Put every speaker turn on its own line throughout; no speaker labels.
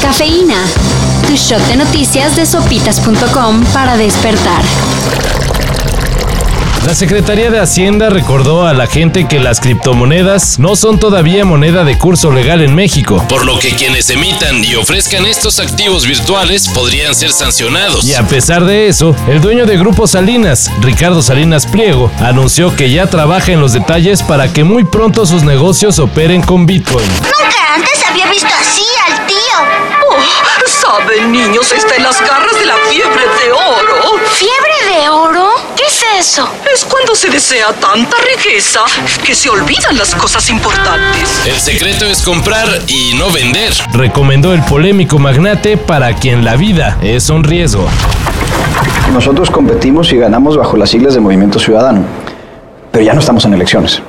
Cafeína. Tu shot de noticias de sopitas.com para despertar.
La Secretaría de Hacienda recordó a la gente que las criptomonedas no son todavía moneda de curso legal en México, por lo que quienes emitan y ofrezcan estos activos virtuales podrían ser sancionados. Y a pesar de eso, el dueño de Grupo Salinas, Ricardo Salinas Pliego, anunció que ya trabaja en los detalles para que muy pronto sus negocios operen con Bitcoin.
Nunca antes había visto así al tío.
Oh, Saben, niños, está en las garras de la fiebre de oro.
¿Fiebre de oro? ¿Qué es eso?
Es cuando se desea tanta riqueza que se olvidan las cosas importantes.
El secreto es comprar y no vender, recomendó el polémico magnate para quien la vida es un riesgo.
Nosotros competimos y ganamos bajo las siglas de Movimiento Ciudadano, pero ya no estamos en elecciones.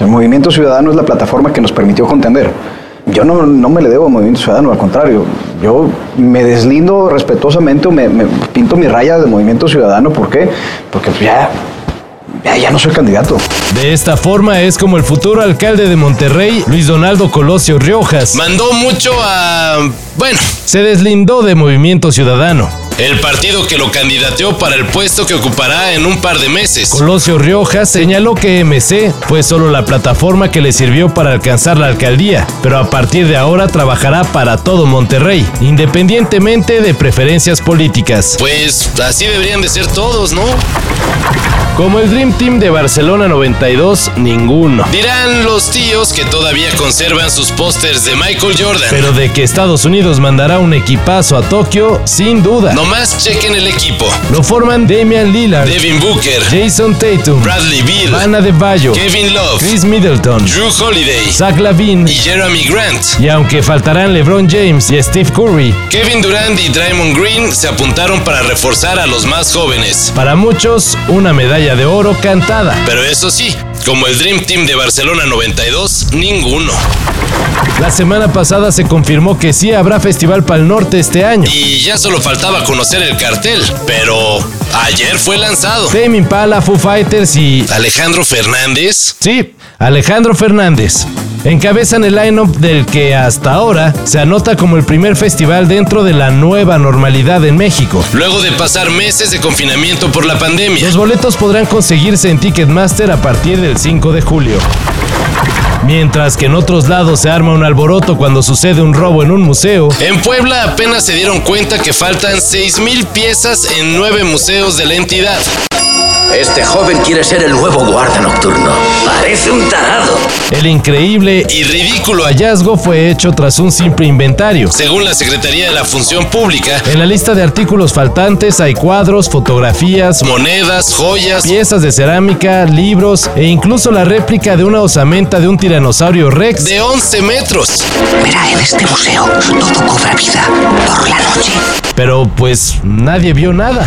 El Movimiento Ciudadano es la plataforma que nos permitió contender. Yo no, no me le debo a Movimiento Ciudadano, al contrario, yo me deslindo respetuosamente, o me, me pinto mi raya de Movimiento Ciudadano, ¿por qué? Porque pues, ya, ya, ya no soy candidato.
De esta forma es como el futuro alcalde de Monterrey, Luis Donaldo Colosio Riojas. Mandó mucho a... Bueno, se deslindó de Movimiento Ciudadano. El partido que lo candidateó para el puesto que ocupará en un par de meses. Colosio Riojas señaló que MC fue solo la plataforma que le sirvió para alcanzar la alcaldía, pero a partir de ahora trabajará para todo Monterrey, independientemente de preferencias políticas. Pues así deberían de ser todos, ¿no? Como el Dream Team de Barcelona 92, ninguno. Dirán los tíos que todavía conservan sus pósters de Michael Jordan. Pero de que Estados Unidos mandará un equipazo a Tokio, sin duda. Nomás chequen el equipo. Lo forman Damian Lillard, Devin Booker, Jason Tatum, Bradley Beal, Ana de Bayo, Kevin Love, Chris Middleton, Drew Holiday, Zach Lavin y Jeremy Grant. Y aunque faltarán LeBron James y Steve Curry, Kevin Durant y Draymond Green se apuntaron para reforzar a los más jóvenes. Para muchos, una medalla de oro cantada. Pero eso sí, como el Dream Team de Barcelona 92, ninguno. La semana pasada se confirmó que sí habrá Festival Pal Norte este año. Y ya solo faltaba conocer el cartel, pero ayer fue lanzado. Tame Impala, Foo Fighters y... ¿Alejandro Fernández? Sí, Alejandro Fernández. Encabezan el line-up del que hasta ahora se anota como el primer festival dentro de la nueva normalidad en México. Luego de pasar meses de confinamiento por la pandemia. Los boletos podrán conseguirse en Ticketmaster a partir del 5 de julio. Mientras que en otros lados se arma un alboroto cuando sucede un robo en un museo, en Puebla apenas se dieron cuenta que faltan 6.000 piezas en 9 museos de la entidad.
Este joven quiere ser el nuevo guarda nocturno. Parece un tarado.
El increíble y ridículo hallazgo fue hecho tras un simple inventario. Según la Secretaría de la Función Pública, en la lista de artículos faltantes hay cuadros, fotografías, monedas, joyas, piezas de cerámica, libros e incluso la réplica de una osamenta de un tiranosaurio rex de 11 metros.
Verá, en este museo todo cobra vida por la noche.
Pero pues nadie vio nada.